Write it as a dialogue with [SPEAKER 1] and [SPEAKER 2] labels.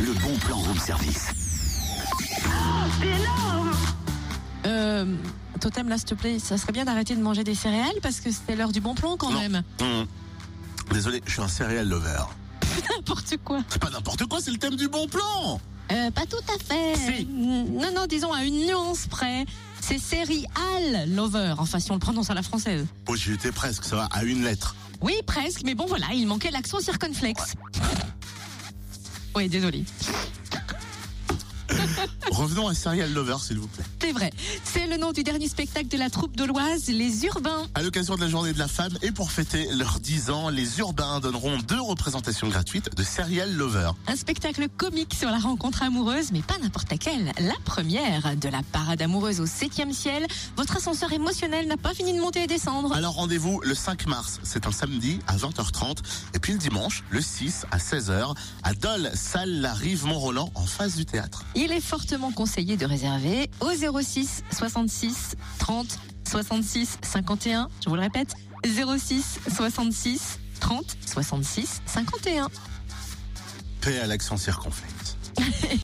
[SPEAKER 1] Le bon plan room service.
[SPEAKER 2] Euh, Totem, là, s'il te plaît, ça serait bien d'arrêter de manger des céréales parce que c'était l'heure du bon plan quand
[SPEAKER 1] Non.
[SPEAKER 2] même.
[SPEAKER 1] Hum. Désolé, je suis un céréal lover.
[SPEAKER 2] N'importe quoi.
[SPEAKER 1] C'est pas n'importe quoi, c'est le thème du bon plan.
[SPEAKER 2] Euh, pas tout à fait.
[SPEAKER 1] Si.
[SPEAKER 2] Non, non, disons à une nuance près. C'est céréal lover, enfin si on le prononce à la française.
[SPEAKER 1] Oh, j'y étais presque, ça va, à une lettre.
[SPEAKER 2] Oui, presque, mais bon voilà, il manquait l'accent circonflexe. Oui, désolé.
[SPEAKER 1] Revenons à Serial Lover, s'il vous plaît.
[SPEAKER 2] C'est vrai. C'est le nom du dernier spectacle de la troupe de l'Oise, Les Urbains.
[SPEAKER 1] À l'occasion de la journée de la femme et pour fêter leurs 10 ans, les urbains donneront deux représentations gratuites de Serial Lover.
[SPEAKER 2] Un spectacle comique sur la rencontre amoureuse, mais pas n'importe laquelle. La première, de la parade amoureuse au 7e ciel, votre ascenseur émotionnel n'a pas fini de monter et descendre.
[SPEAKER 1] Alors rendez-vous le 5 mars, c'est un samedi à 20h30 et puis le dimanche, le 6 à 16h à Dole, salle La Rive Mont-Roland en face du théâtre.
[SPEAKER 2] Il est fortement conseillé de réserver au 06 66 30 66 51. Je vous le répète, 06 66 30 66 51.
[SPEAKER 1] Paix à l'accent circonflexe.